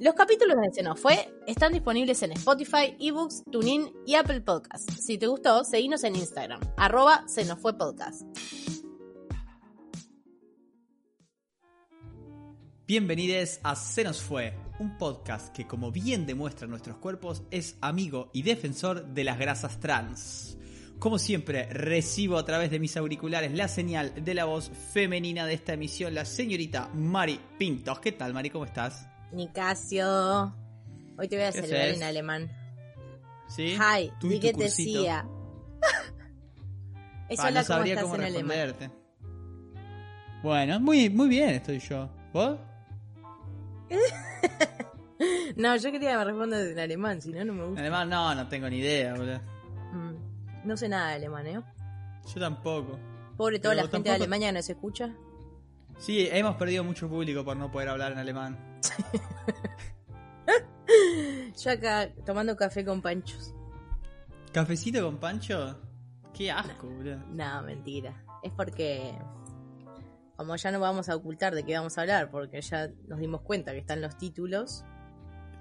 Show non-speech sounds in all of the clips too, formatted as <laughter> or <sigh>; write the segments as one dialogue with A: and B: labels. A: Los capítulos de Se nos fue están disponibles en Spotify, eBooks, TuneIn y Apple Podcasts. Si te gustó, seguinos en Instagram, arroba Se nos fue podcast.
B: Bienvenidos a Se nos fue, un podcast que como bien demuestran nuestros cuerpos es amigo y defensor de las grasas trans. Como siempre, recibo a través de mis auriculares la señal de la voz femenina de esta emisión, la señorita Mari Pintos. ¿Qué tal, Mari? ¿Cómo estás?
A: Nicasio. Hoy te voy a
B: ¿Qué
A: celebrar
B: haces?
A: en alemán.
B: ¿Sí?
A: Hi,
B: Tú y
A: di
B: tu
A: que te
B: cursito. <laughs>
A: decía. Eso
B: Ah,
A: habla
B: no
A: como
B: sabría
A: estás
B: cómo
A: en alemán.
B: responderte. Bueno, muy, muy bien estoy yo. ¿Vos?
A: No, yo quería que me respondas en alemán, si no, no me
B: En
A: gusta.
B: alemán no, no tengo ni idea, boludo.
A: Mm, No sé nada de alemán, ¿eh?
B: Yo tampoco.
A: Pobre toda
B: Pero
A: la gente de
B: tampoco-
A: Alemania que no se escucha.
B: Sí, hemos perdido mucho público por no poder hablar en alemán.
A: Yo acá tomando café con panchos.
B: ¿Cafecito con pancho? Qué asco, boludo.
A: No, mentira. Es porque. Como ya no vamos a ocultar de qué vamos a hablar, porque ya nos dimos cuenta que están los títulos.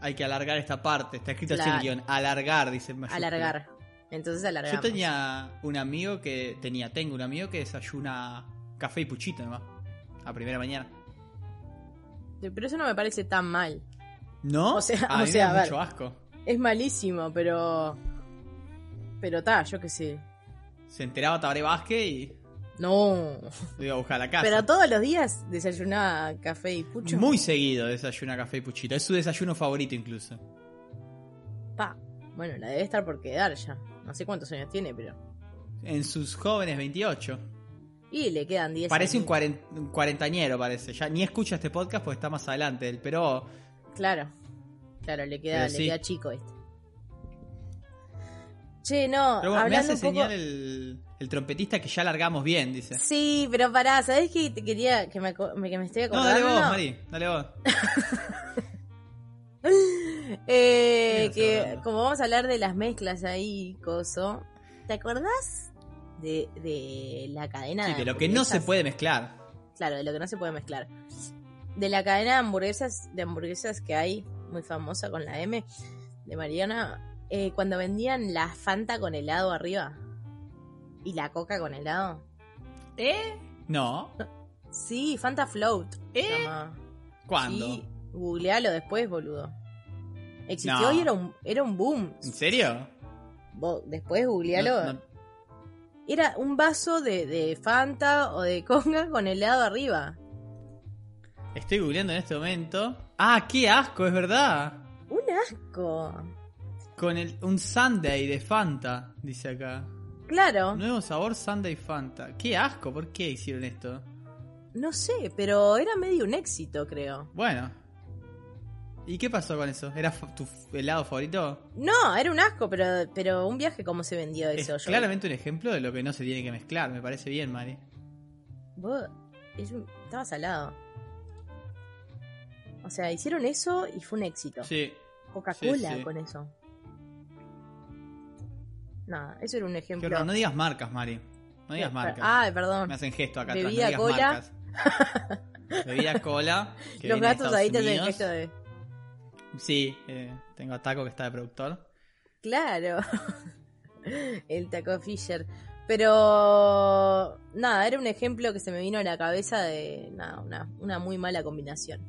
B: Hay que alargar esta parte. Está escrito así
A: Claro.
B: el guión. Alargar, dice en mayúscula.
A: Alargar. Entonces alargamos.
B: Ah, Yo tenía un amigo que. Tenía, tengo un amigo que desayuna café y puchito nomás. A primera mañana.
A: Pero eso no me parece tan mal.
B: ¿No?
A: O sea,
B: a
A: o
B: mí me
A: sea,
B: da
A: a ver.
B: mucho asco.
A: Es malísimo, pero. Pero ta, yo qué sé.
B: Se enteraba Tabaré Vázquez y
A: No.
B: lo iba a buscar a la casa.
A: Pero todos los días desayunaba café y pucho.
B: Muy seguido desayuna café y puchito. Es su desayuno favorito incluso.
A: Pa. Bueno, la debe estar por quedar ya. No sé cuántos años tiene, pero.
B: En sus jóvenes 28.
A: Y le quedan 10
B: Parece un,
A: años.
B: cuaren- un cuarentañero, parece. Ya ni escucha este podcast porque está más adelante él, pero
A: Claro, claro, le queda,
B: Pero
A: le
B: sí.
A: queda chico este. Che, no,
B: Pero bueno, me
A: Ah, hablando
B: hace
A: un poco...
B: señal este. el, el trompetista que ya largamos bien, dice.
A: Sí, pero pará, ¿sabés qué te quería que me, aco- me- que me estoy
B: No,
A: acordando? Ah,
B: dale vos, Mari, dale vos.
A: Eh,
B: Sigan
A: que
B: hablando.
A: como vamos a hablar de las mezclas ahí, coso, ¿te acordás de, de la cadena
B: Sí, de lo que no se
A: hamburguesas?
B: puede mezclar.
A: Claro, de lo que no se puede mezclar. De la cadena de hamburguesas, de hamburguesas que hay, muy famosa con la M, de Mariana, eh, cuando vendían la Fanta con helado arriba y la Coca con helado.
B: ¿Eh? No.
A: Sí, Fanta Float. se
B: ¿Eh?
A: llamaba.
B: ¿Cuándo?
A: Sí, googlealo después, boludo. Existió
B: No.
A: y era un, era un boom.
B: ¿En serio?
A: Vos después googlealo.
B: No, no.
A: Era un vaso de, de Fanta o de Conga con helado arriba.
B: Estoy googleando en este momento. Ah, qué asco, es verdad.
A: Un asco.
B: Con el, un Sunday de Fanta, dice acá.
A: Claro.
B: Nuevo sabor Sunday Fanta. Qué asco, ¿por qué hicieron esto?
A: No sé, pero era medio un éxito, creo.
B: Bueno. ¿Y qué pasó con eso? ¿Era fa- tu f- helado favorito?
A: No, era un asco, pero, pero un viaje como se vendió eso.
B: Es
A: yo-
B: claramente un ejemplo de lo que no se tiene que mezclar. Me parece bien, Mari.
A: Vos- es un- estabas al lado. O sea, hicieron eso y fue un éxito.
B: Sí.
A: Coca-Cola
B: sí, sí.
A: con eso. No, eso era un
B: Qué
A: ejemplo.
B: horror. No digas marcas, Mari. No digas
A: Per-
B: marcas.
A: Ay, perdón.
B: Me hacen gesto acá
A: Bebida
B: atrás. No
A: <laughs>
B: digas marcas. Bebida cola. que
A: Los
B: viene de
A: gatos
B: Estados
A: ahí te hacen
B: Unidos.
A: gesto de.
B: Sí, eh, tengo a Taco que está de productor.
A: Claro. <laughs> El Taco Fisher. Pero nada, era un ejemplo que se me vino a la cabeza de nada, una, una muy mala combinación.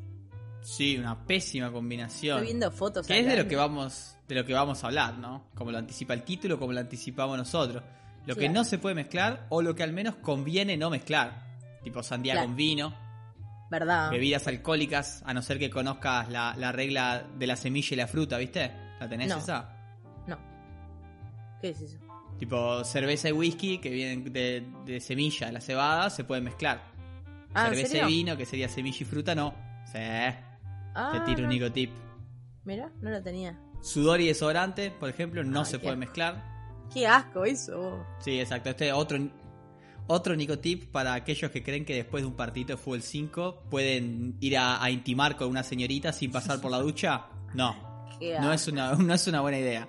B: Sí, una pésima combinación.
A: Estoy viendo fotos.
B: Que es de
A: acá.
B: lo que vamos, de lo que vamos a hablar, ¿no? Como lo anticipa el título, como lo anticipamos nosotros. Lo que
A: Claro.
B: no se puede mezclar o lo que al menos conviene no mezclar. Tipo sandía
A: Claro. Ah.
B: con vino,
A: ¿Verdad?
B: bebidas alcohólicas, a no ser que conozcas la, la regla de la semilla y la fruta, ¿viste? ¿La tenés
A: No.
B: esa?
A: ¿Qué es eso?
B: Tipo cerveza y whisky que vienen de, de semilla, de la cebada, se pueden mezclar.
A: Ah, ¿en
B: cerveza
A: serio?
B: y vino, que sería semilla y fruta, no. Sí, te
A: Ah,
B: tiro un
A: no.
B: único tip.
A: Mirá, no lo tenía.
B: Sudor y desodorante, por ejemplo, no
A: Ay,
B: se
A: qué
B: puede
A: asco.
B: mezclar.
A: Qué asco eso.
B: Sí, exacto. Este otro, otro Nicotip para aquellos que creen que después de un partido de fútbol 5 pueden ir a, a intimar con una señorita sin pasar por la ducha. No,
A: Qué
B: no
A: asco.
B: es una, <laughs> no es una buena idea.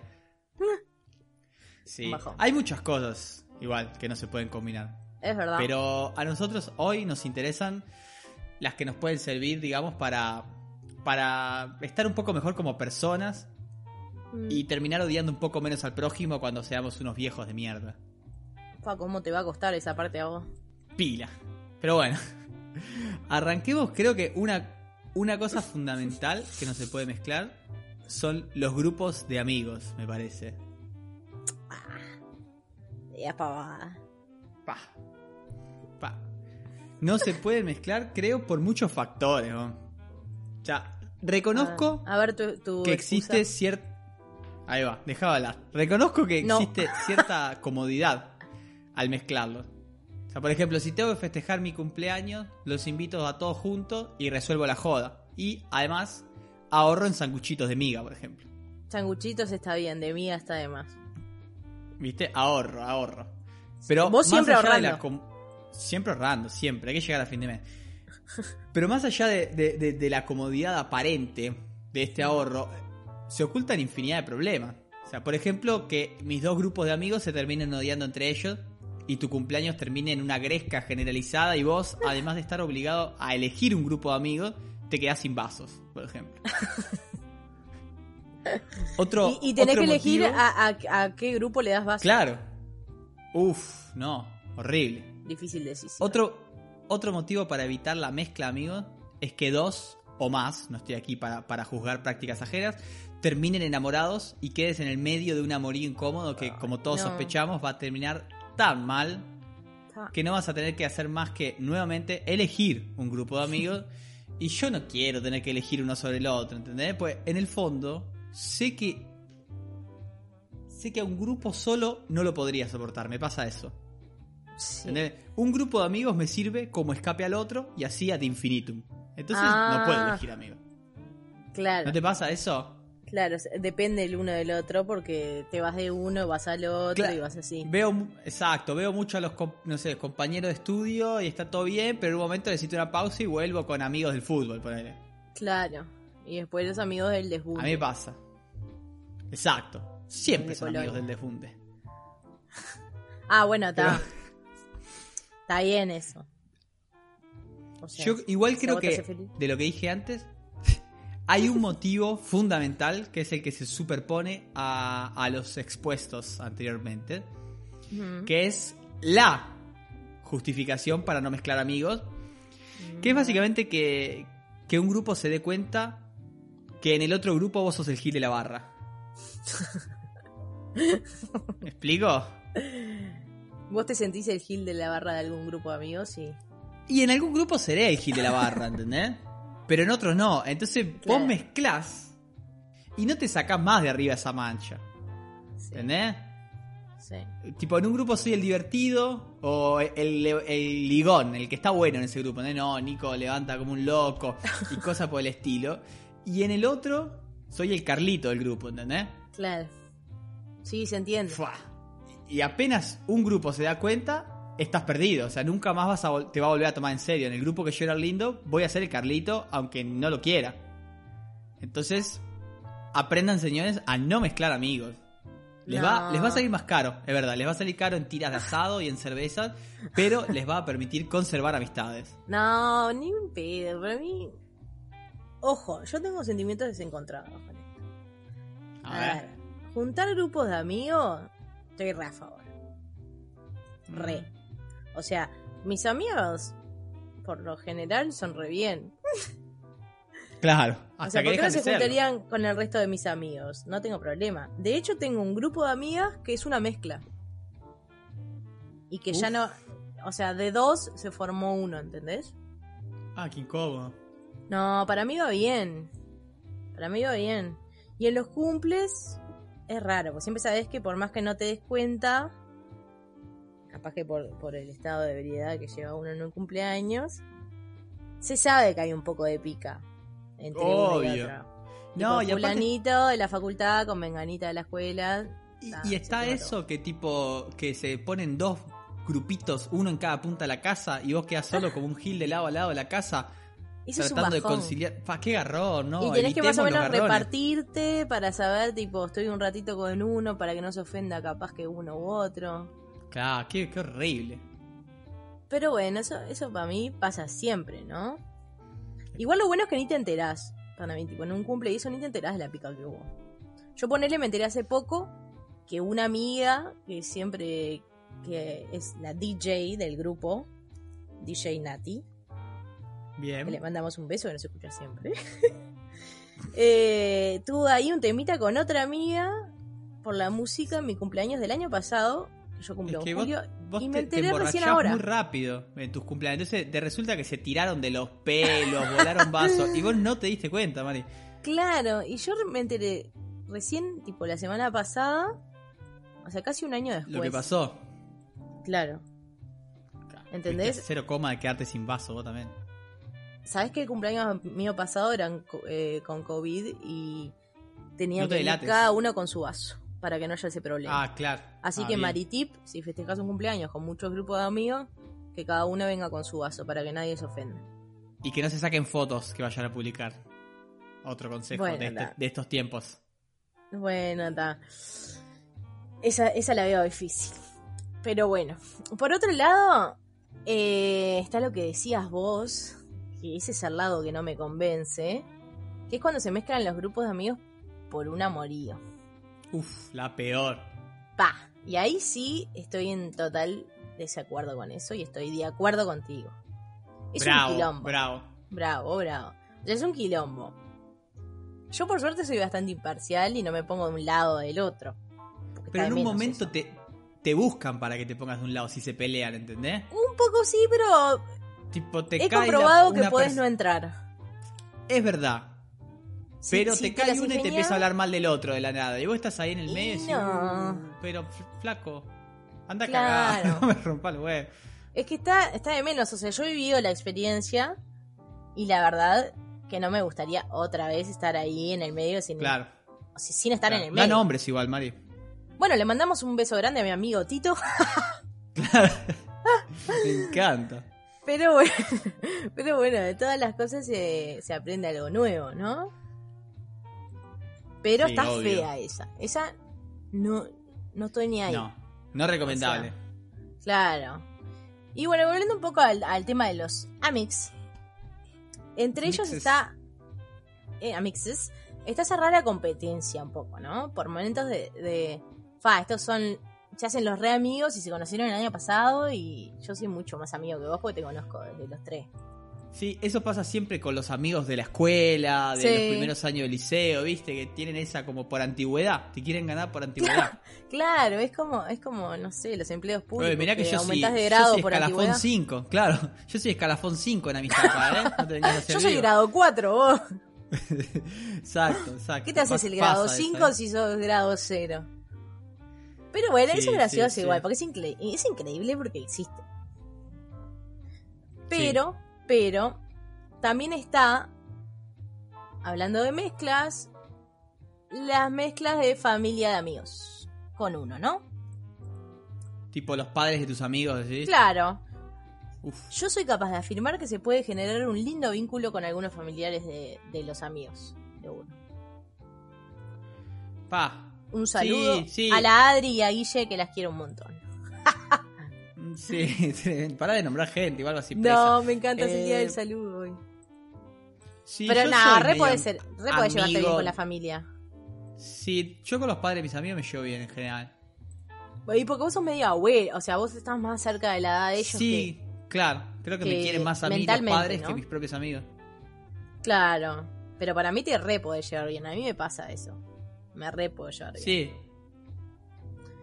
B: Sí.
A: Bajón.
B: Hay muchas cosas igual que no se pueden combinar.
A: Es verdad.
B: Pero a nosotros hoy nos interesan las que nos pueden servir, digamos, para, para estar un poco mejor como personas
A: Mm.
B: y terminar odiando un poco menos al prójimo cuando seamos unos viejos de mierda.
A: Pa, ¿cómo te va a costar esa parte a vos?
B: Pila. Pero bueno, <laughs> arranquemos. Creo que una, una cosa fundamental que no se puede mezclar son los grupos de amigos, me parece.
A: Ya pavada.
B: Pa. Pa. No se puede mezclar, creo, por muchos factores. ¿no? O sea, reconozco
A: A ver, tu, tu
B: que
A: excusa.
B: existe cierta. Ahí va, dejaba hablar. Reconozco que
A: No.
B: existe
A: <laughs>
B: cierta comodidad al mezclarlos. O sea, por ejemplo, si tengo que festejar mi cumpleaños, los invito a todos juntos y resuelvo la joda. Y además, ahorro en sanguchitos de miga, por ejemplo.
A: Sanguchitos está bien, de mía está de más.
B: ¿Viste? Ahorro, ahorro. Pero
A: Vos
B: más
A: siempre
B: allá de
A: ahorrando.
B: la com- siempre ahorrando, siempre. Hay que llegar a fin de mes. Pero más allá de, de- de- de la comodidad aparente de este ahorro, se ocultan infinidad de problemas. O sea, por ejemplo, que mis dos grupos de amigos se terminen odiando entre ellos y tu cumpleaños termine en una gresca generalizada y vos, además de estar obligado a elegir un grupo de amigos, te quedás sin vasos, por ejemplo.
A: <laughs>
B: Otro,
A: y, y tenés
B: otro
A: que elegir
B: motivo-
A: a, a- a qué grupo le das vaso.
B: Claro. Uf, no, horrible.
A: Difícil decisión.
B: Otro, otro motivo para evitar la mezcla, amigos, es que dos o más, no estoy aquí para, para juzgar prácticas ajenas, terminen enamorados y quedes en el medio de un amorío incómodo que, como todos
A: no.
B: sospechamos, va a terminar tan mal
A: Ah,
B: que no vas a tener que hacer más que nuevamente elegir un grupo de
A: <laughs>
B: amigos. Y yo no quiero tener que elegir uno sobre el otro, ¿entendés? Pues en el fondo, sé que. Sé que a un grupo solo no lo podría soportar, me pasa eso.
A: sí.
B: ¿entendés? Un grupo de amigos me sirve como escape al otro y así ad infinitum. Entonces
A: Ah.
B: no puedo elegir amigos.
A: Claro,
B: ¿No te pasa eso?
A: claro. o sea, Depende el uno del otro porque te vas de uno, vas al otro
B: Claro.
A: y vas así.
B: Veo, mu- exacto, veo mucho a los com- no sé, compañeros de estudio y está todo bien, pero en un momento necesito una pausa y vuelvo con amigos del fútbol, por ahí.
A: Claro. Y después los amigos del desbunde.
B: A mí me pasa. Exacto. Siempre
A: De
B: son
A: Colonia.
B: amigos del defunde.
A: Ah, bueno, está.
B: Pero-
A: Está bien eso. O sea,
B: Yo igual
A: si a
B: creo
A: vos te hace
B: que,
A: feliz.
B: de lo que dije antes, <laughs> hay un motivo fundamental que es el que se superpone a, a los expuestos anteriormente,
A: Ujú.
B: que es la justificación para no mezclar amigos, que es básicamente que, que un grupo se dé cuenta que en el otro grupo vos sos el gil de la
A: <laughs>
B: barra. ¿Me explico?
A: ¿Vos te sentís el gil de la barra de algún grupo de amigos? Y...
B: Y en algún grupo seré el gil de la barra, ¿entendés? Pero en otros no. Entonces
A: Claro.
B: vos mezclás y no te sacás más de arriba esa mancha,
A: Sí,
B: ¿entendés?
A: sí.
B: Tipo, en un grupo soy el divertido o el, el ligón, el que está bueno en ese grupo, ¿entendés? No, Nico levanta como un loco y cosas por el estilo. Y en el otro soy el Carlito del grupo, ¿entendés?
A: Claro. Sí, se entiende.
B: Fua. Y apenas un grupo se da cuenta, estás perdido. O sea, nunca más vas a vol- te va a volver a tomar en serio. En el grupo que yo era el lindo, voy a ser el Carlito, aunque no lo quiera. Entonces, aprendan, señores, a no mezclar amigos. Les, va,
A: No.
B: les va a salir más caro, es verdad. Les va a salir caro en tiras de asado y en cervezas, pero les va a permitir conservar amistades.
A: No, ni un pedo. Para mí. Ojo, yo tengo sentimientos desencontrados con esto.
B: A ver.
A: juntar grupos de amigos, estoy re a favor.
B: Mm.
A: Re. O sea, mis amigos, por lo general, son re bien.
B: Claro.
A: O
B: Hasta
A: sea,
B: que
A: ¿por qué no
B: dejan de
A: se
B: serlo.
A: juntarían con el resto de mis amigos? No tengo problema. De hecho, tengo un grupo de amigas que es una mezcla. Y que ya
B: Uf.
A: no. O sea, de dos se formó uno, ¿entendés?
B: Ah, qué incómodo.
A: No, para mí va bien. Para mí va bien. Y en los cumples es raro, porque siempre sabes que por más que no te des cuenta, capaz que por, por el estado de ebriedad que lleva uno en un cumpleaños, se sabe que hay un poco de pica entre uno y
B: Obvio.
A: otro.
B: No,
A: No,
B: y aparte
A: fulanito de la facultad con menganita de la escuela.
B: Y,
A: Está,
B: y está
A: Ah, se mató.
B: eso que tipo, que se ponen dos grupitos, uno en cada punta de la casa, y vos quedás solo como un gil de lado a lado de la casa,
A: Eso es un
B: tratando de
A: bajón.
B: conciliar. Pa, qué garrón, ¿no?
A: y tenés que más o
B: Evitemos los
A: menos
B: garrones.
A: repartirte para saber, tipo, estoy un ratito con uno para que no se ofenda capaz que uno u otro.
B: Claro, qué, qué horrible.
A: Pero bueno, eso, eso para mí pasa siempre, ¿no? Igual lo bueno es que ni te enterás. Para mí, tipo, en un cumple y eso ni te enterás de la pica que hubo. Yo ponele, me enteré hace poco que una amiga que siempre que es la DJ del grupo, DJ Nati, que le
B: Bien.
A: mandamos un beso que nos escucha siempre. <laughs> eh, tuve ahí un temita con otra amiga por la música en mi cumpleaños del año pasado. que Yo
B: Es
A: cumplo en
B: que vos,
A: julio.
B: vos
A: y me
B: te, te
A: enteré recién
B: emborrachás
A: ahora.
B: muy rápido en tus cumpleaños. Entonces te resulta que se tiraron de los pelos, <laughs> volaron vasos, y vos no te diste cuenta, Mari.
A: Claro, y yo me enteré recién, tipo la semana pasada, o sea, casi un año después.
B: Lo que pasó.
A: Claro. ¿Entendés?
B: Viste, Cero coma de quedarte sin vaso, vos también.
A: ¿Sabes que el cumpleaños mío pasado eran co- eh, con COVID y tenía
B: No te
A: que ir
B: delates.
A: cada uno con su vaso para que no haya ese problema?
B: Ah, claro.
A: Así
B: Ah,
A: que
B: bien.
A: Maritip, si festejas un cumpleaños con muchos grupos de amigos, que cada uno venga con su vaso para que nadie se ofenda.
B: Y que no se saquen fotos que vayan a publicar. Otro consejo
A: Bueno,
B: de, este-
A: nada.
B: de estos tiempos.
A: Bueno, está. Esa, esa la veo difícil. Pero bueno. Por otro lado, eh, está lo que decías vos, que ese es el lado que no me convence, que es cuando se mezclan los grupos de amigos por un amorío.
B: Uf, la peor.
A: Pa. Y ahí sí estoy en total desacuerdo con eso y estoy de acuerdo contigo. Es un
B: bravo,
A: quilombo.
B: bravo.
A: Bravo, bravo. Ya es un quilombo. Yo por suerte soy bastante imparcial y no me pongo de un lado o del otro. Porque está
B: Pero
A: de
B: en un
A: menos
B: momento
A: eso.
B: te, te buscan para que te pongas de un lado si se pelean, ¿entendés?
A: Un poco sí, pero
B: Tipo, te cae
A: he
B: la-
A: comprobado que
B: una
A: podés
B: pers-
A: no entrar.
B: Es verdad.
A: Si-
B: Pero
A: si
B: te cae
A: las
B: uno y te
A: ingenias-
B: empieza a hablar mal del otro de la nada. Y vos estás ahí en el
A: Y
B: medio y decís,
A: no.
B: "Uh, pero fl- flaco, anda
A: Claro.
B: cagado, <laughs> no me rompa el huevo.
A: Es que está, está de menos. O sea, yo he vivido la experiencia y la verdad que no me gustaría otra vez estar ahí en el medio sin,
B: Claro.
A: o sea, sin estar
B: claro.
A: en el
B: Dan
A: medio.
B: hombres igual, Mari.
A: Bueno, le mandamos un beso grande a mi amigo Tito.
B: Me encanta.
A: Pero bueno, pero bueno, de todas las cosas se, se aprende algo nuevo, ¿no? Pero
B: Sí,
A: está
B: obvio.
A: fea esa. Esa no, no estoy ni <laughs> ahí.
B: No, no recomendable.
A: O Claro. Y bueno, volviendo un poco al, al tema de los Amix. Entre ellos
B: Amixes.
A: está. eh, amixes. Está esa rara competencia un poco, ¿no? Por momentos de. de fa, estos son. Se hacen los re amigos y se conocieron el año pasado y yo soy mucho más amigo que vos porque te conozco de los tres.
B: Sí, eso pasa siempre con los amigos de la escuela, de
A: Sí.
B: los primeros años del liceo, viste, que tienen esa como por antigüedad, te quieren ganar por
A: <laughs>
B: antigüedad.
A: Claro, es como, es como, no sé, los empleos públicos.
B: Oye, mirá que yo soy,
A: aumentás de
B: yo
A: grado
B: soy
A: por
B: escalafón
A: antigüedad.
B: 5, claro, <laughs> yo soy escalafón 5 en amistad, ¿eh? No te
A: <laughs>
B: vengas a hacer
A: Yo soy
B: vivo.
A: grado 4, vos.
B: <laughs> Exacto, exacto.
A: ¿Qué te haces
B: Pas-
A: el grado
B: pasa eso,
A: 5
B: ¿eh?
A: si sos grado 0? Pero bueno,
B: Sí,
A: eso es gracioso
B: sí, sí.
A: igual, porque es, incre- es increíble porque existe. Pero, pero, también está, hablando de mezclas, las mezclas de familia de amigos, con uno, ¿no?
B: Tipo los padres de tus amigos, ¿sí?
A: Claro,
B: Uf,
A: Yo soy capaz de afirmar que se puede generar un lindo vínculo con algunos familiares de, de los amigos de uno.
B: pa.
A: Un saludo
B: Sí, sí.
A: a la Adri y a Guille, que las quiero un montón.
B: mm, Sí, <laughs> tremendo. pará de nombrar gente, igual así presa.
A: no, me encanta ese día
B: Eh,
A: del saludo hoy.
B: Sí,
A: Pero
B: yo
A: nada,
B: soy
A: re
B: medio-
A: puede ser, re puede llevarte bien
B: amigo.
A: con la familia.
B: Sí, yo con los padres de mis amigos me llevo bien en general.
A: Y porque vos sos medio abuelo, o sea, vos estás más cerca de la edad de ellos.
B: Sí, claro. Creo que, me
A: que
B: quieren más a mí los
A: mentalmente,
B: padres
A: ¿no?
B: que mis propios amigos.
A: que- Claro, pero para mí te re podés llevar bien, a mí me pasa eso. Me re puedo llevar bien.
B: Sí.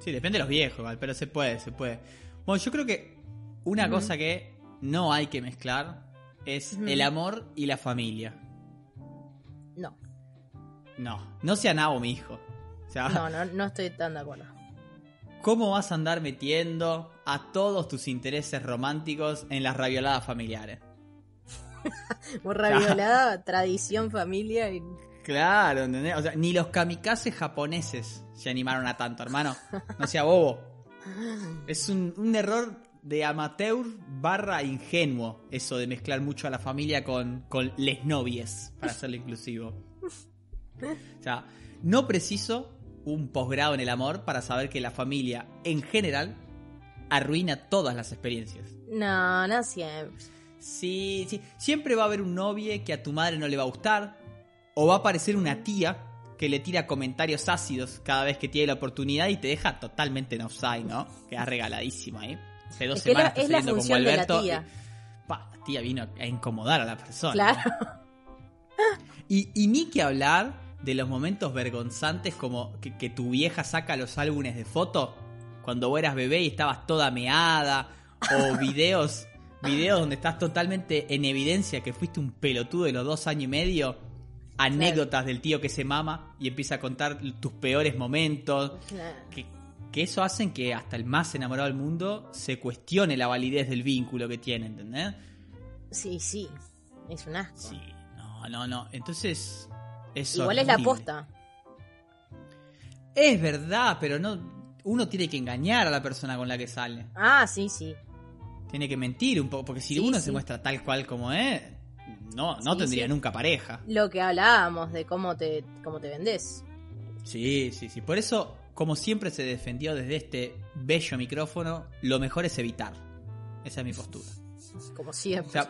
B: Sí, depende de los viejos, igual, pero se puede, se puede. Bueno, yo creo que una
A: Ujú.
B: cosa que no hay que mezclar es
A: Ujú.
B: el amor y la familia.
A: No,
B: No, no sea nabo, mi hijo. O sea,
A: no, no, no estoy tan de acuerdo.
B: <laughs> ¿cómo vas a andar metiendo a todos tus intereses románticos en las ravioladas familiares? <laughs>
A: Muy raviolada, tradición, familia y
B: Claro, ¿entendés? O sea, ni los kamikazes japoneses se animaron a tanto, hermano. No sea bobo. Es un, un error de amateur barra ingenuo eso de mezclar mucho a la familia con, con les novies, para hacerlo inclusivo. O sea, no preciso un posgrado en el amor para saber que la familia, en general, arruina todas las experiencias.
A: No, no siempre.
B: Sí, sí. Siempre va a haber un novio que a tu madre no le va a gustar. O va a aparecer una tía que le tira comentarios ácidos cada vez que tiene la oportunidad y te deja totalmente en offside, ¿no? Quedas regaladísimo ahí. Hace dos
A: Es que la-
B: semanas estás
A: es la
B: saliendo con
A: función de la
B: Gualberto <laughs>
A: tía.
B: y, pa, la tía vino a incomodar a la persona.
A: Claro.
B: Y, y ni que hablar de los momentos vergonzantes como que, que tu vieja saca los álbumes de fotos cuando vos eras bebé y estabas toda meada.
A: <laughs>
B: O videos, videos donde estás totalmente en evidencia que fuiste un pelotudo de los dos años y medio. Anécdotas del tío que se mama y empieza a contar tus peores momentos.
A: Claro.
B: Que, que eso hacen que hasta el más enamorado del mundo se cuestione la validez del vínculo que tiene, ¿entendés?
A: Sí, sí. Es un asco.
B: Sí, no, no, no. Entonces, es
A: Igual es la
B: horrible.
A: posta.
B: Es verdad, pero no. Uno tiene que engañar a la persona con la que sale.
A: Ah, sí, sí.
B: Tiene que mentir un poco, porque si
A: Sí,
B: uno
A: sí.
B: se muestra tal cual como es, no, no
A: Sí,
B: tendría
A: sí.
B: nunca pareja.
A: Lo que hablábamos de cómo te, cómo te vendés.
B: Sí, sí, sí. Por eso, como siempre se defendió desde este bello micrófono, lo mejor es evitar. Esa es mi postura.
A: Como
B: O
A: siempre.
B: sea,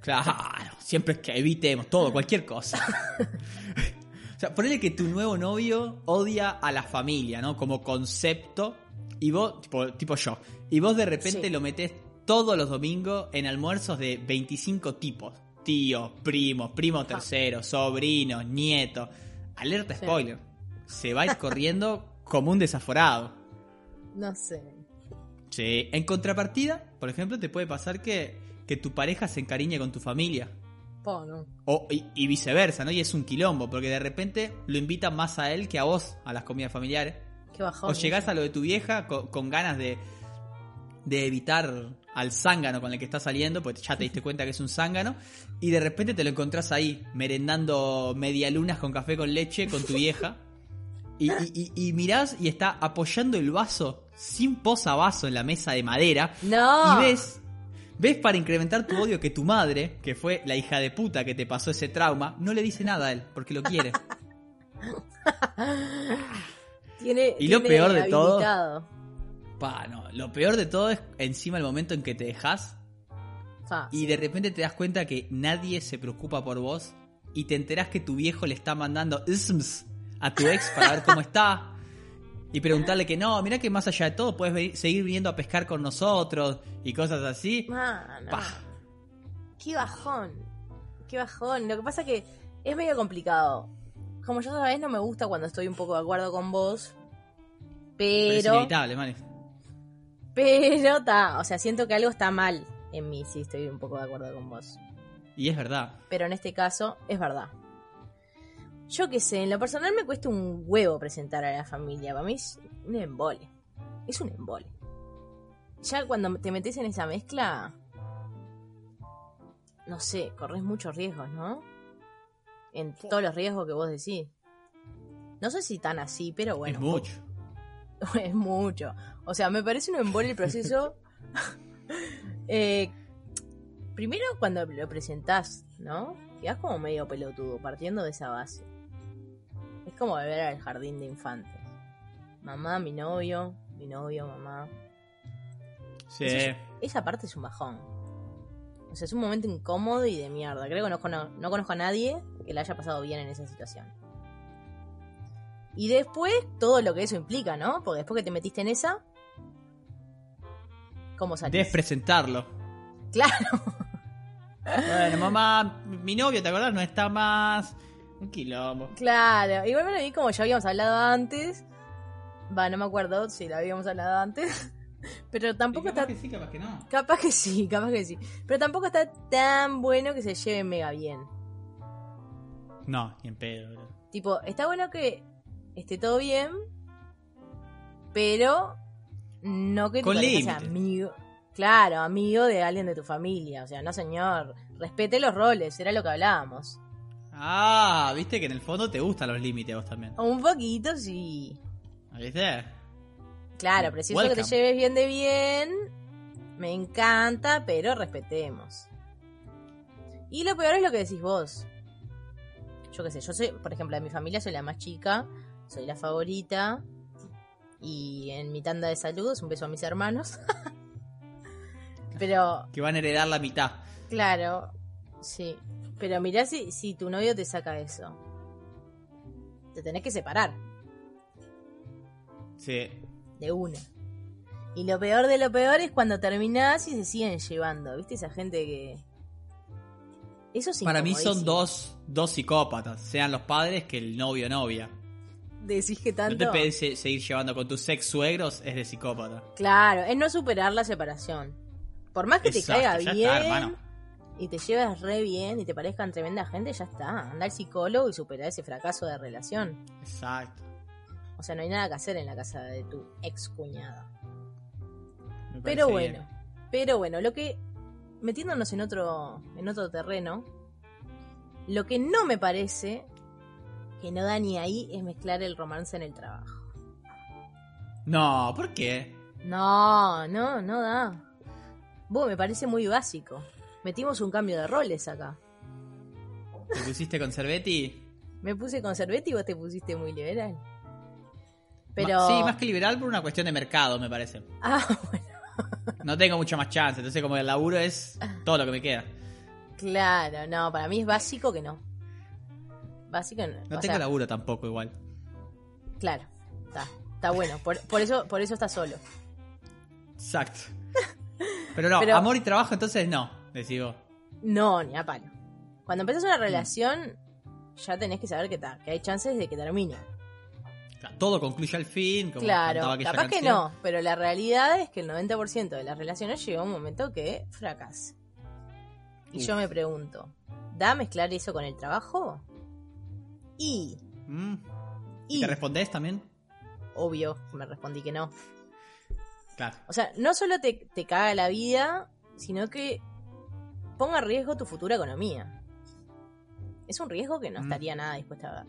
B: claro, siempre es que evitemos todo, cualquier
A: <laughs>
B: cosa. O sea, ponele que tu nuevo novio odia a la familia, ¿no? Como concepto. Y vos, tipo, tipo yo, y vos de repente
A: Sí.
B: lo metés todos los domingos en almuerzos de 25 tipos. Tíos, primos, primos terceros, sobrinos, nietos. Alerta
A: Sí.
B: spoiler. Se va a
A: <laughs>
B: ir corriendo como un desaforado.
A: No sé.
B: Sí. En contrapartida, por ejemplo, te puede pasar que, que tu pareja se encariñe con tu familia.
A: Po, no.
B: O, y, y viceversa, ¿no? Y es un quilombo, porque de repente lo invitan más a él que a vos a las comidas familiares.
A: Qué bajón.
B: O llegás a lo de tu vieja co- con, ganas de, de evitar al zángano con el que estás saliendo, pues ya te diste cuenta que es un zángano, y de repente te lo encontrás ahí, merendando medialunas con café con leche con tu vieja. Y, y, y- y mirás y está apoyando el vaso sin posavaso en la mesa de madera.
A: No.
B: Y ves, ves para incrementar tu odio que tu madre, que fue la hija de puta que te pasó ese trauma, no le dice nada a él, porque lo
A: <laughs>
B: quiere.
A: Tiene,
B: Y lo
A: tiene
B: peor de todo-
A: habilitado.
B: Pa, no. Lo peor de todo es encima el momento en que te dejas
A: Fa.
B: y de repente te das cuenta que nadie se preocupa por vos y te enterás que tu viejo le está mandando isms a tu ex para ver cómo está. Y preguntarle que no, mirá que más allá de todo puedes venir- seguir viniendo a pescar con nosotros y cosas así.
A: Mano.
B: Pa.
A: Qué bajón. Qué bajón. Lo que pasa que es medio complicado. Como yo sabés, no me gusta cuando estoy un poco de acuerdo con vos.
B: Pero es
A: Pero.
B: inevitable, man.
A: Pero está. O sea, siento que algo está mal en mí si estoy un poco de acuerdo con vos.
B: Y es verdad.
A: Pero en este caso, es verdad. Yo qué sé, en lo personal me cuesta un huevo presentar a la familia. Para mí es un embole. Es un embole. Ya cuando te metes en esa mezcla. No sé, corres muchos riesgos, ¿no? En todos los riesgos que vos decís. No sé si tan así, pero bueno.
B: es mucho.
A: <laughs> Es mucho. O sea, me parece un embole el proceso. <laughs> Eh, primero cuando lo presentás, ¿no? Quedás como medio pelotudo, partiendo de esa base. Es como volver al jardín de infantes. Mamá, mi novio, mi novio, mamá.
B: Sí.
A: Eso es- Esa parte es un bajón. O sea, es un momento incómodo y de mierda. Creo que no, cono- no conozco a nadie que la haya pasado bien en esa situación. Y después, todo lo que eso implica, ¿no? Porque después que te metiste en esa, ¿cómo salís?
B: Debes presentarlo.
A: claro,
B: Bueno, mamá, mi novio, ¿te acordás? No está más. Un quilombo.
A: claro. Igual bueno, y como ya habíamos hablado antes, va, no me acuerdo si la habíamos hablado antes, <laughs> pero tampoco
B: Y capaz
A: está
B: que sí, capaz que no.
A: Capaz que sí, capaz que sí. Pero tampoco está tan bueno que se lleve mega bien.
B: No, ni en pedo, bro.
A: Tipo, está bueno que esté todo bien, pero no que tu
B: Con
A: pareja sea
B: límites.
A: amigo. Claro, amigo de alguien de tu familia. O sea, no señor. Respete los roles, era lo que hablábamos.
B: Ah, viste que en el fondo te gustan los límites a vos también.
A: Un poquito, sí.
B: ¿Viste?
A: Claro, preciso
B: Welcome.
A: que te lleves bien de bien. Me encanta, pero respetemos. Y lo peor es lo que decís vos. Yo qué sé, yo soy, por ejemplo, de mi familia soy la más chica, soy la favorita. Y en mi tanda de saludos, un beso a mis hermanos. <laughs> pero,
B: Que van a heredar la mitad.
A: claro, sí. Pero mirá si, si tu novio te saca eso. Te tenés que separar.
B: Sí.
A: De una. Y lo peor de lo peor es cuando terminás y se siguen llevando. ¿Viste esa gente que.? Eso sí.
B: Para mí son dos, dos psicópatas, sean los padres que el novio o novia.
A: Decís que
B: No te
A: tanto.
B: pedís se- seguir llevando con tus ex suegros, es de psicópata.
A: claro, es no superar la separación. Por más que
B: Exacto,
A: te
B: ya
A: caiga
B: está,
A: bien.
B: hermano.
A: y te lleves re bien y te parezcan tremenda gente, ya está. Anda al psicólogo y superar ese fracaso de relación.
B: Exacto.
A: O sea, no hay nada que hacer en la casa de tu ex cuñada.
B: Me parece
A: Pero bueno,
B: bien.
A: pero bueno, lo que metiéndonos en otro en otro terreno, lo que no me parece que no da ni ahí es mezclar el romance en el trabajo.
B: No, ¿por qué?
A: No, no, no da. Vos me parece muy básico. Metimos un cambio de roles acá.
B: ¿Te pusiste con Cervetti?
A: Me puse conservete y vos te pusiste muy liberal. Pero
B: Ma- Sí,
A: <laughs>
B: más que liberal por una cuestión de mercado, me parece.
A: ah, bueno,
B: No tengo mucha más chance, entonces como el laburo es todo lo que me queda.
A: claro, no, para mí es básico que no. Básico no.
B: No
A: o
B: tengo
A: sea,
B: laburo tampoco igual.
A: Claro, está, está bueno. Por, por eso, por eso está solo.
B: Exacto. Pero no,
A: <laughs> Pero-
B: amor y trabajo entonces no, decís vos.
A: No, ni a palo. Cuando empezás
B: Mm.
A: una relación, ya tenés que saber que, ta- que hay chances de que termine.
B: Claro, Todo concluye al fin, como cantaba
A: claro,
B: aquella
A: capaz que
B: canción.
A: no, pero la realidad es que el 90% de las relaciones llega un momento que fracasa. Y
B: Uf.
A: yo me pregunto, ¿da mezclar eso con el trabajo? Y,
B: Mm. ¿Y
A: y,
B: te respondés también?
A: obvio, me respondí que no.
B: Claro.
A: O sea, no solo te, te caga la vida, sino que ponga en riesgo tu futura economía. Es un riesgo que no
B: Mm.
A: estaría nada dispuesta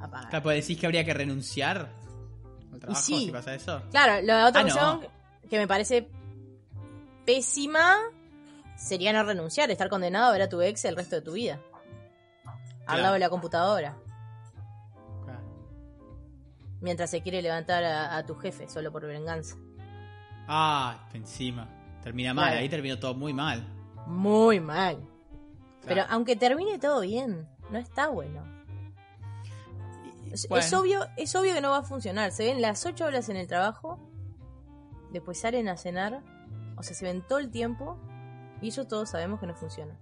A: a, a pagar.
B: Claro, pues decís que habría que renunciar al trabajo
A: sí.
B: si pasa eso.
A: Claro, la otra
B: Ah, no.
A: opción que me parece pésima sería no renunciar, estar condenado a ver a tu ex el resto de tu vida. Al
B: Claro.
A: lado de la computadora,
B: Claro.
A: mientras se quiere levantar a, a tu jefe solo por venganza.
B: Ah, encima. Termina mal,
A: Claro.
B: ahí terminó todo muy mal.
A: Muy mal. Pero
B: Claro.
A: aunque termine todo bien, no está bueno. Es,
B: Bueno,
A: es obvio, es obvio que no va a funcionar. Se ven las 8 horas en el trabajo, después salen a cenar, o sea, se ven todo el tiempo y eso todos sabemos que no funciona.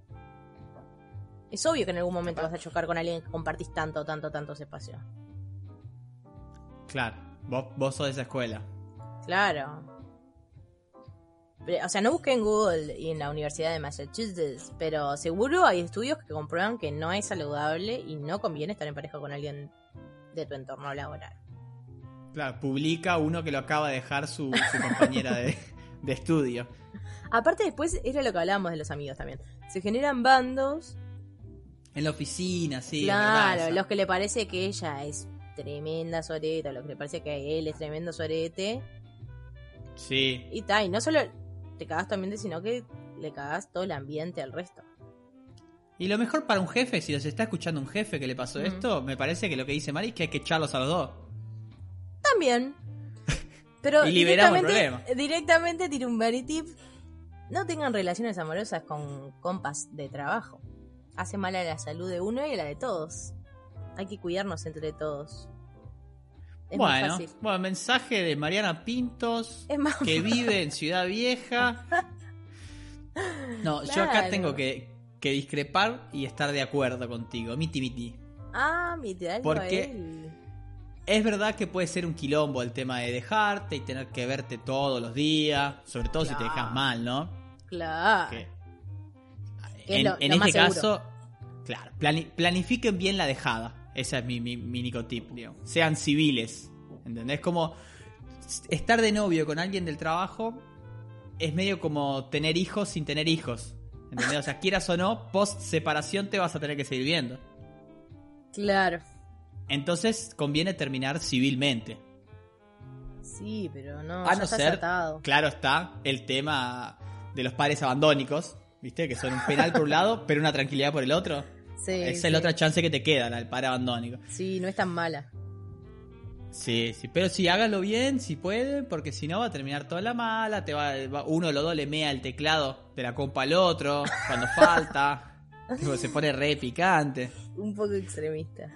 A: Es obvio que en algún momento vas a chocar con alguien que compartís tanto, tanto, tantos espacios.
B: Claro, vos, vos sos de esa escuela.
A: Claro. Pero, o sea, no busqué en Google y en la Universidad de Massachusetts, pero seguro hay estudios que comprueban que no es saludable y no conviene estar en pareja con alguien de tu entorno laboral.
B: Claro, publica uno que lo acaba de dejar su, <laughs> su compañera de, de estudio.
A: Aparte después era lo que hablábamos de los amigos también. Se generan bandos.
B: En la oficina, sí. es
A: claro,
B: verdad esa.
A: los que le parece que ella es tremenda soreta, los que le parece que él es tremendo sorete.
B: Sí,
A: Y tal, y no solo te cagas tu ambiente, sino que le cagas todo el ambiente al resto.
B: Y lo mejor para un jefe, si los está escuchando un jefe que le pasó
A: Ujú.
B: esto, me parece que lo que dice Mari es que hay que echarlos a los dos.
A: También.
B: <laughs>
A: Pero
B: Y liberamos el
A: directamente, directamente tiro un very tip. No tengan relaciones amorosas con compas de trabajo. Hace mal a la salud de uno y a la de todos. Hay que cuidarnos entre todos. Es muy
B: bueno,
A: fácil.
B: bueno, mensaje de Mariana
A: <laughs>
B: Pintos,
A: Es más
B: que vive en Ciudad Vieja. No, yo acá
A: Claro.
B: tengo que, que discrepar y estar de acuerdo contigo. Miti miti.
A: Ah, mira, algo
B: Porque-
A: a él.
B: Es verdad que puede ser un quilombo el tema de dejarte y tener que verte todos los días, sobre todo si te
A: Claro.
B: dejas mal, ¿no?
A: Claro.
B: Que-
A: Que es
B: en
A: lo-
B: en
A: lo más
B: este
A: seguro.
B: caso, claro, plani- planifiquen bien la dejada. Ese es mi, mi, mi nicotip, digo. Sean civiles, ¿entendés? Como s- estar de novio con alguien del trabajo es medio como tener hijos sin tener hijos, ¿entendés? O sea, quieras o no, post separación te vas a tener que seguir viendo.
A: Claro.
B: Entonces conviene terminar civilmente.
A: Sí, pero no.
B: A
A: ya
B: no
A: estás
B: ser,
A: atado.
B: claro está, el tema de los pares abandónicos, ¿viste? Que son un penal por un lado, <laughs> pero una tranquilidad por el otro.
A: Sí,
B: Esa
A: sí.
B: es la otra chance que te queda, la del par abandónico.
A: Sí, no es tan mala.
B: Sí, sí, pero sí, hágalo bien, si puede, porque si no va a terminar toda la mala, te va, va- uno de los dos le mea el teclado de la compa al otro,
A: <laughs>
B: cuando falta, tipo, se pone re picante.
A: Un poco extremista.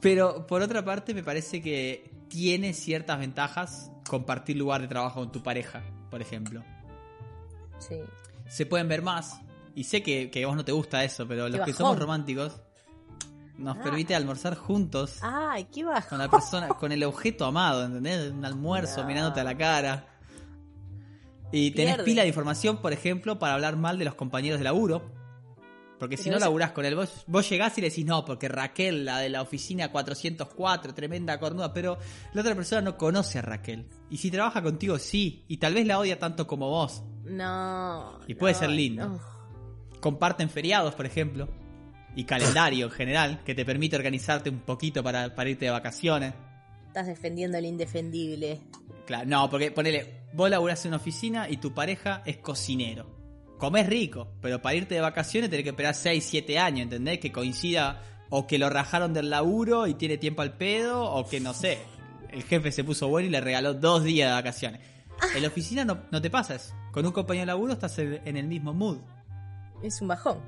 B: Pero por otra parte, me parece que tiene ciertas ventajas compartir lugar de trabajo con tu pareja, por ejemplo.
A: Sí.
B: Se pueden ver más, y sé que, que a vos no te gusta eso, pero los que
A: bajón.
B: somos románticos nos
A: Ah.
B: permite almorzar juntos
A: Ay, qué bajo.
B: con la persona, con el objeto amado, ¿entendés? Un almuerzo
A: No.
B: mirándote a la cara. Y tenés
A: Pierde.
B: pila de información, por ejemplo, para hablar mal de los compañeros de laburo. Porque si
A: Pero
B: no
A: eso-
B: laburás con él, vos, vos llegás y le decís, no, porque Raquel, la de la oficina 404, tremenda cornuda, pero la otra persona no conoce a Raquel. Y si trabaja contigo, sí, y tal vez la odia tanto como vos.
A: No.
B: Y puede
A: no,
B: ser lindo.
A: no.
B: Comparten feriados, por ejemplo, y calendario en general, que te permite organizarte un poquito para, para irte de vacaciones.
A: Estás defendiendo el indefendible.
B: Claro, no, porque ponele, vos laburás en una oficina y tu pareja es cocinero. Comés rico, pero para irte de vacaciones tenés que esperar 6, 7 años, ¿entendés? Que coincida o que lo rajaron del laburo y tiene tiempo al pedo, o que no sé, el jefe se puso bueno y le regaló dos días de vacaciones. En la oficina no, no te pasas. Con un compañero de laburo estás en, en el mismo mood.
A: Es un bajón.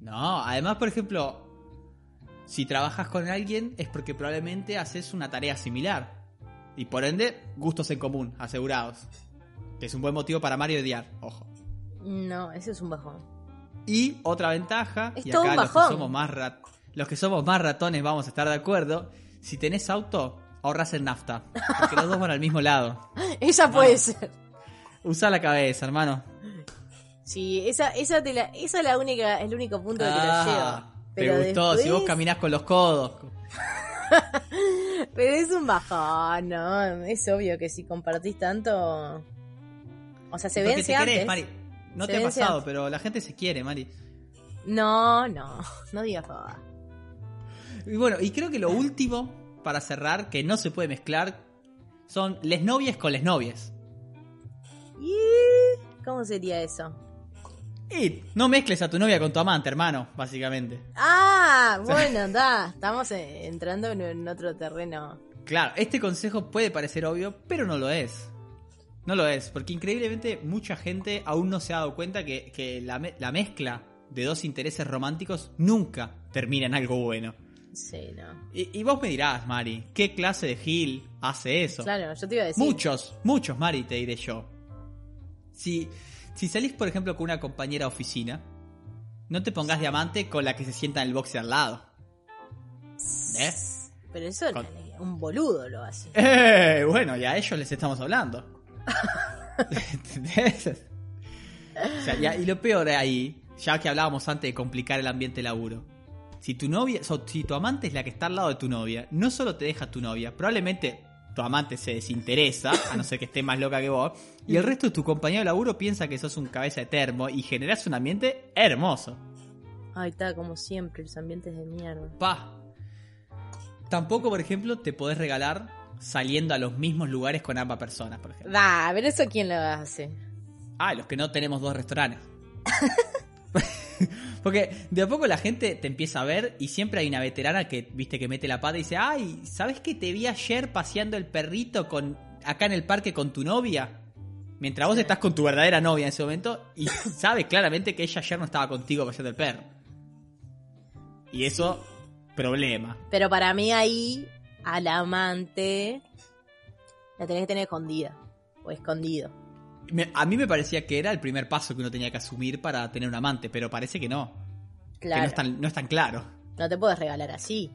B: No, además, por ejemplo, si trabajas con alguien es porque probablemente haces una tarea similar. Y por ende, gustos en común, asegurados. Que es un buen motivo para Mario odiar, ojo.
A: No, ese es un bajón. <laughs>
B: Y otra ventaja,
A: Es
B: y
A: todo
B: acá
A: un
B: los que,
A: bajón.
B: somos más rat- los que somos más ratones vamos a estar de acuerdo, si tenés auto, ahorras el nafta. Porque los dos van al mismo lado.
A: Esa puede ser.
B: Usa la cabeza, hermano.
A: Sí, esa, esa, te la, esa es la única, el único punto de que
B: Ah,
A: la lleva.
B: te
A: Pero
B: gustó, si vos
A: después-
B: caminás con los codos,
A: Pero es un bajón, ¿no? Es obvio que si compartís tanto. O sea, se
B: Porque
A: vence
B: te querés,
A: antes.
B: Mari. No
A: Se
B: te ha
A: vence
B: pasado,
A: antes.
B: pero la gente se quiere, Mari.
A: No, no, <laughs> no digas boba.
B: Y bueno, y creo que lo último, para cerrar, que no se puede mezclar, son les novias con les novias.
A: ¿Y cómo sería eso?
B: Y no mezcles a tu novia con tu amante, hermano, básicamente. <laughs>
A: Ah, bueno, da, estamos eh, entrando en, en otro terreno.
B: Claro, este consejo puede parecer obvio, pero no lo es. No lo es, porque increíblemente mucha gente aún no se ha dado cuenta que, que la, me- la mezcla de dos intereses románticos nunca termina en algo bueno.
A: Sí, no.
B: Y, y vos me dirás, Mari, ¿qué clase de Gil hace eso?
A: Claro, yo te iba a decir.
B: Muchos, muchos, Mari, te diré yo. Si, si salís, por ejemplo, con una compañera de oficina, no te pongas diamante con la que se sienta en el boxe al lado. ¿Eh?
A: Pero eso
B: Con-
A: un boludo lo hace.
B: Eh, bueno, y a ellos les estamos hablando. ¿Entendés? O sea, y, a- y lo peor ahí, ya que hablábamos antes de complicar el ambiente de laburo. Si tu novia, so- si tu amante es la que está al lado de tu novia, no solo te deja tu novia, probablemente tu amante se desinteresa, a no ser que esté más loca que vos, y el resto de tu compañero de laburo piensa que sos un cabeza de termo y generás un ambiente hermoso.
A: Ay, está como siempre, los ambientes de mierda.
B: Pa. Tampoco, por ejemplo, te podés regalar saliendo a los mismos lugares con ambas personas, por ejemplo.
A: Da, pero eso quién lo hace.
B: Ah, los que no tenemos dos restaurantes. <laughs> Porque de a poco la gente te empieza a ver y siempre hay una veterana que, viste, que mete la pata y dice, ay, ¿sabes que te vi ayer paseando el perrito con acá en el parque con tu novia? Mientras vos
A: Sí.
B: estás con tu verdadera novia en ese momento y <laughs> sabe claramente que ella ayer no estaba contigo paseando el perro. Y eso, problema.
A: Pero para mí ahí, al amante, la tenés que tener escondida. O escondido.
B: Me- a mí me parecía que era el primer paso que uno tenía que asumir para tener un amante, pero parece que no. Que
A: Claro.
B: no
A: No,
B: es tan- no es tan claro.
A: te puedes regalar así.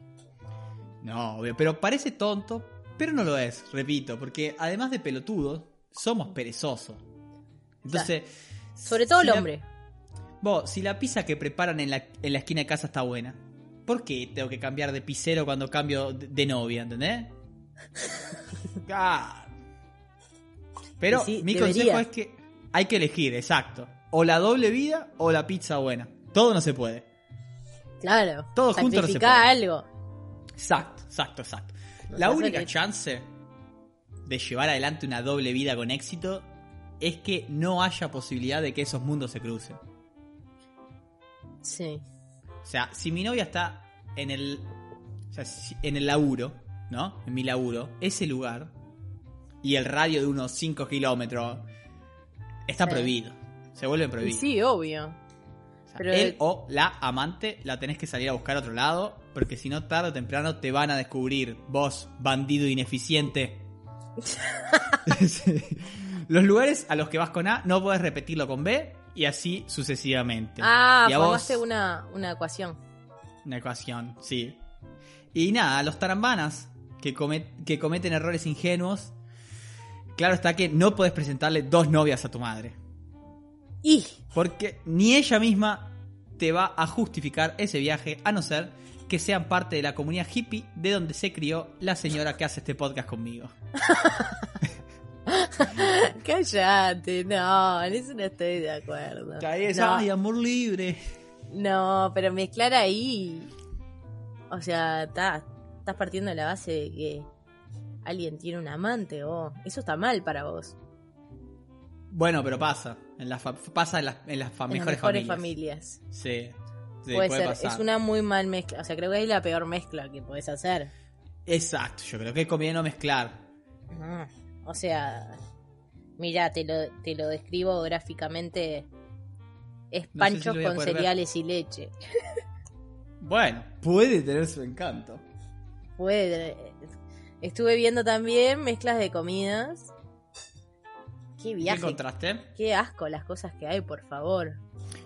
B: No, obvio, pero parece tonto, pero no lo es, repito, porque además de pelotudos, somos perezosos. Entonces,
A: Sobre todo
B: si
A: el
B: la-
A: hombre.
B: vos, si la pizza que preparan en la, en la esquina de casa está buena, ¿por qué tengo que cambiar de pizzero cuando cambio de, de novia,
A: <laughs>
B: ¿entendés? Ah. Pero
A: Y sí,
B: mi
A: debería.
B: consejo es que hay que elegir, exacto. O la doble vida o la pizza buena. Todo no se puede.
A: Claro.
B: Todo junto no se
A: Sacrificá algo.
B: Exacto, exacto, exacto. La
A: Lo que pasa
B: única
A: que-
B: chance de llevar adelante una doble vida con éxito es que no haya posibilidad de que esos mundos se crucen.
A: Sí.
B: O sea, si mi novia está en el. O sea, si- en el laburo, ¿no? En mi laburo, ese lugar y el radio de unos 5 kilómetros está
A: Sí.
B: prohibido. Se vuelve
A: Y
B: prohibido.
A: sí, obvio.
B: O sea,
A: pero-
B: Él o la amante la tenés que salir a buscar a otro lado, porque si no, tarde o temprano te van a descubrir. Vos, bandido
A: <laughs>
B: ineficiente. Sí. Los lugares a los que vas con A no podés repetirlo con B y así sucesivamente.
A: Ah,
B: y a vos-
A: formaste una, una ecuación.
B: una ecuación, sí. Y nada, los tarambanas que, come- que cometen errores ingenuos, claro está que no podés presentarle dos novias a tu madre.
A: Y <laughs>
B: Porque ni ella misma te va a justificar ese viaje, a no ser que sean parte de la comunidad hippie de donde se crió la señora que hace este podcast conmigo.
A: cállate, no, en eso no estoy de acuerdo. No,
B: Ay, amor libre.
A: no, pero mezclar ahí. O sea, ta- estás partiendo de la base de que alguien tiene un amante o eso está mal para vos.
B: Bueno, pero pasa. En las fa- pasa en las, en las fa-
A: En las
B: mejores,
A: mejores
B: familias.
A: familias.
B: Sí. sí,
A: puede, ser,
B: pasar.
A: es una muy mal mezcla. O sea, creo que es la peor mezcla que podés hacer.
B: Exacto, yo creo que conviene no mezclar.
A: No,
B: Mm.
A: O sea, mira, te lo, te lo describo gráficamente. Es
B: lo
A: panchos
B: voy a
A: con
B: poder ver.
A: cereales y leche.
B: Bueno, puede tener su encanto.
A: Puede- Estuve viendo también mezclas de comidas. Qué
B: ¿Qué
A: viaje.
B: encontraste?
A: Qué asco las cosas que hay, por favor.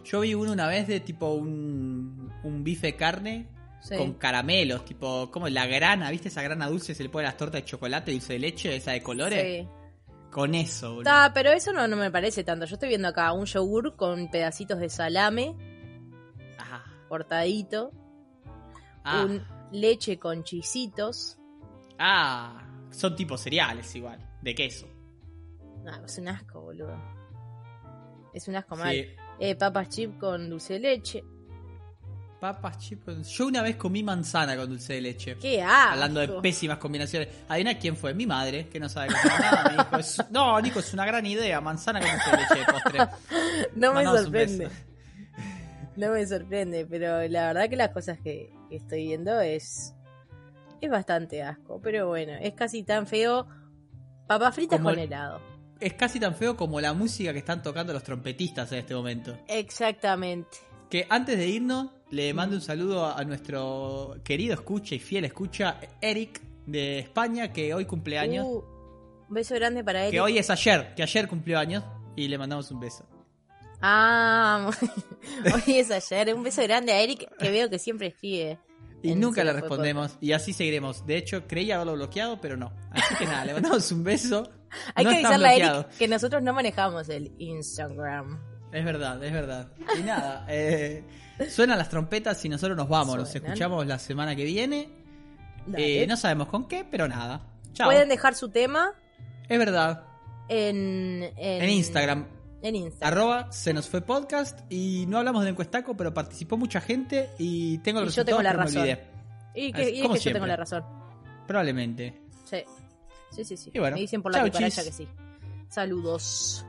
B: Yo vi uno una vez de tipo un, un bife de carne
A: Sí.
B: con caramelos, tipo, como la grana, ¿viste esa grana dulce? Se le pone a las tortas de chocolate, dulce de leche, esa de colores.
A: Sí.
B: Con eso, boludo.
A: Ta, pero eso no, no me parece tanto. Yo estoy viendo acá un yogur con pedacitos de salame
B: Ah,
A: cortadito,
B: ah,
A: un leche con chisitos.
B: ah. son tipo cereales igual, de queso.
A: No, es un asco, boludo. Es un asco mal.
B: Sí.
A: Eh, papas chip con dulce de leche.
B: Papas chicos. Yo una vez comí manzana con dulce de leche.
A: ¿Qué asco?
B: Hablando de pésimas combinaciones. Adivina quién fue, mi madre, que no sabe cocinar nada. Me dijo, "Es- no, Nico, es una gran idea, manzana con dulce de leche de postre.
A: <laughs> <laughs> No me
B: Mandamos un
A: sorprende.
B: beso.
A: No me sorprende, pero la verdad que las cosas que que estoy viendo es. Es bastante asco, pero bueno, es casi tan feo. Papas fritas
B: Como
A: con
B: el-
A: helado.
B: Es casi tan feo como la música que están tocando los trompetistas en este momento.
A: Exactamente.
B: Que antes de irnos, le mando un saludo a nuestro querido escucha y fiel escucha, Eric, de España, que hoy cumple años.
A: Uh, un beso grande para él.
B: que hoy es ayer, que ayer cumplió años. Y le mandamos un beso.
A: Ah, <laughs> hoy es ayer. Un beso grande a Eric, que veo que siempre escribe.
B: Y
A: En
B: nunca
A: Se
B: le
A: Fue
B: respondemos. Y así seguiremos. De hecho, creía haberlo bloqueado, pero no. Así que nada, le mandamos un beso.
A: Hay
B: No
A: que
B: estás
A: avisarle a
B: bloqueado.
A: Eric que nosotros no manejamos el Instagram.
B: Es verdad, es verdad. Y nada, eh, suenan las trompetas y nosotros nos vamos. Nos
A: Suenan.
B: escuchamos la semana que viene.
A: Dale.
B: Eh, no sabemos con qué, pero nada. Chao.
A: Pueden dejar su tema
B: Es verdad.
A: en,
B: En Instagram.
A: En Instagram.
B: Arroba se nos fue podcast y no hablamos de encuestaco, pero participó mucha gente y tengo los
A: Y yo tengo la
B: resultados, pero me
A: razón. y que,
B: así,
A: y es
B: como
A: que yo
B: siempre.
A: tengo la razón.
B: olvidé. Probablemente.
A: Sí. Sí, sí, sí.
B: Y bueno,
A: Me dicen por la
B: chau,
A: cucaracha
B: chis.
A: que sí. Saludos.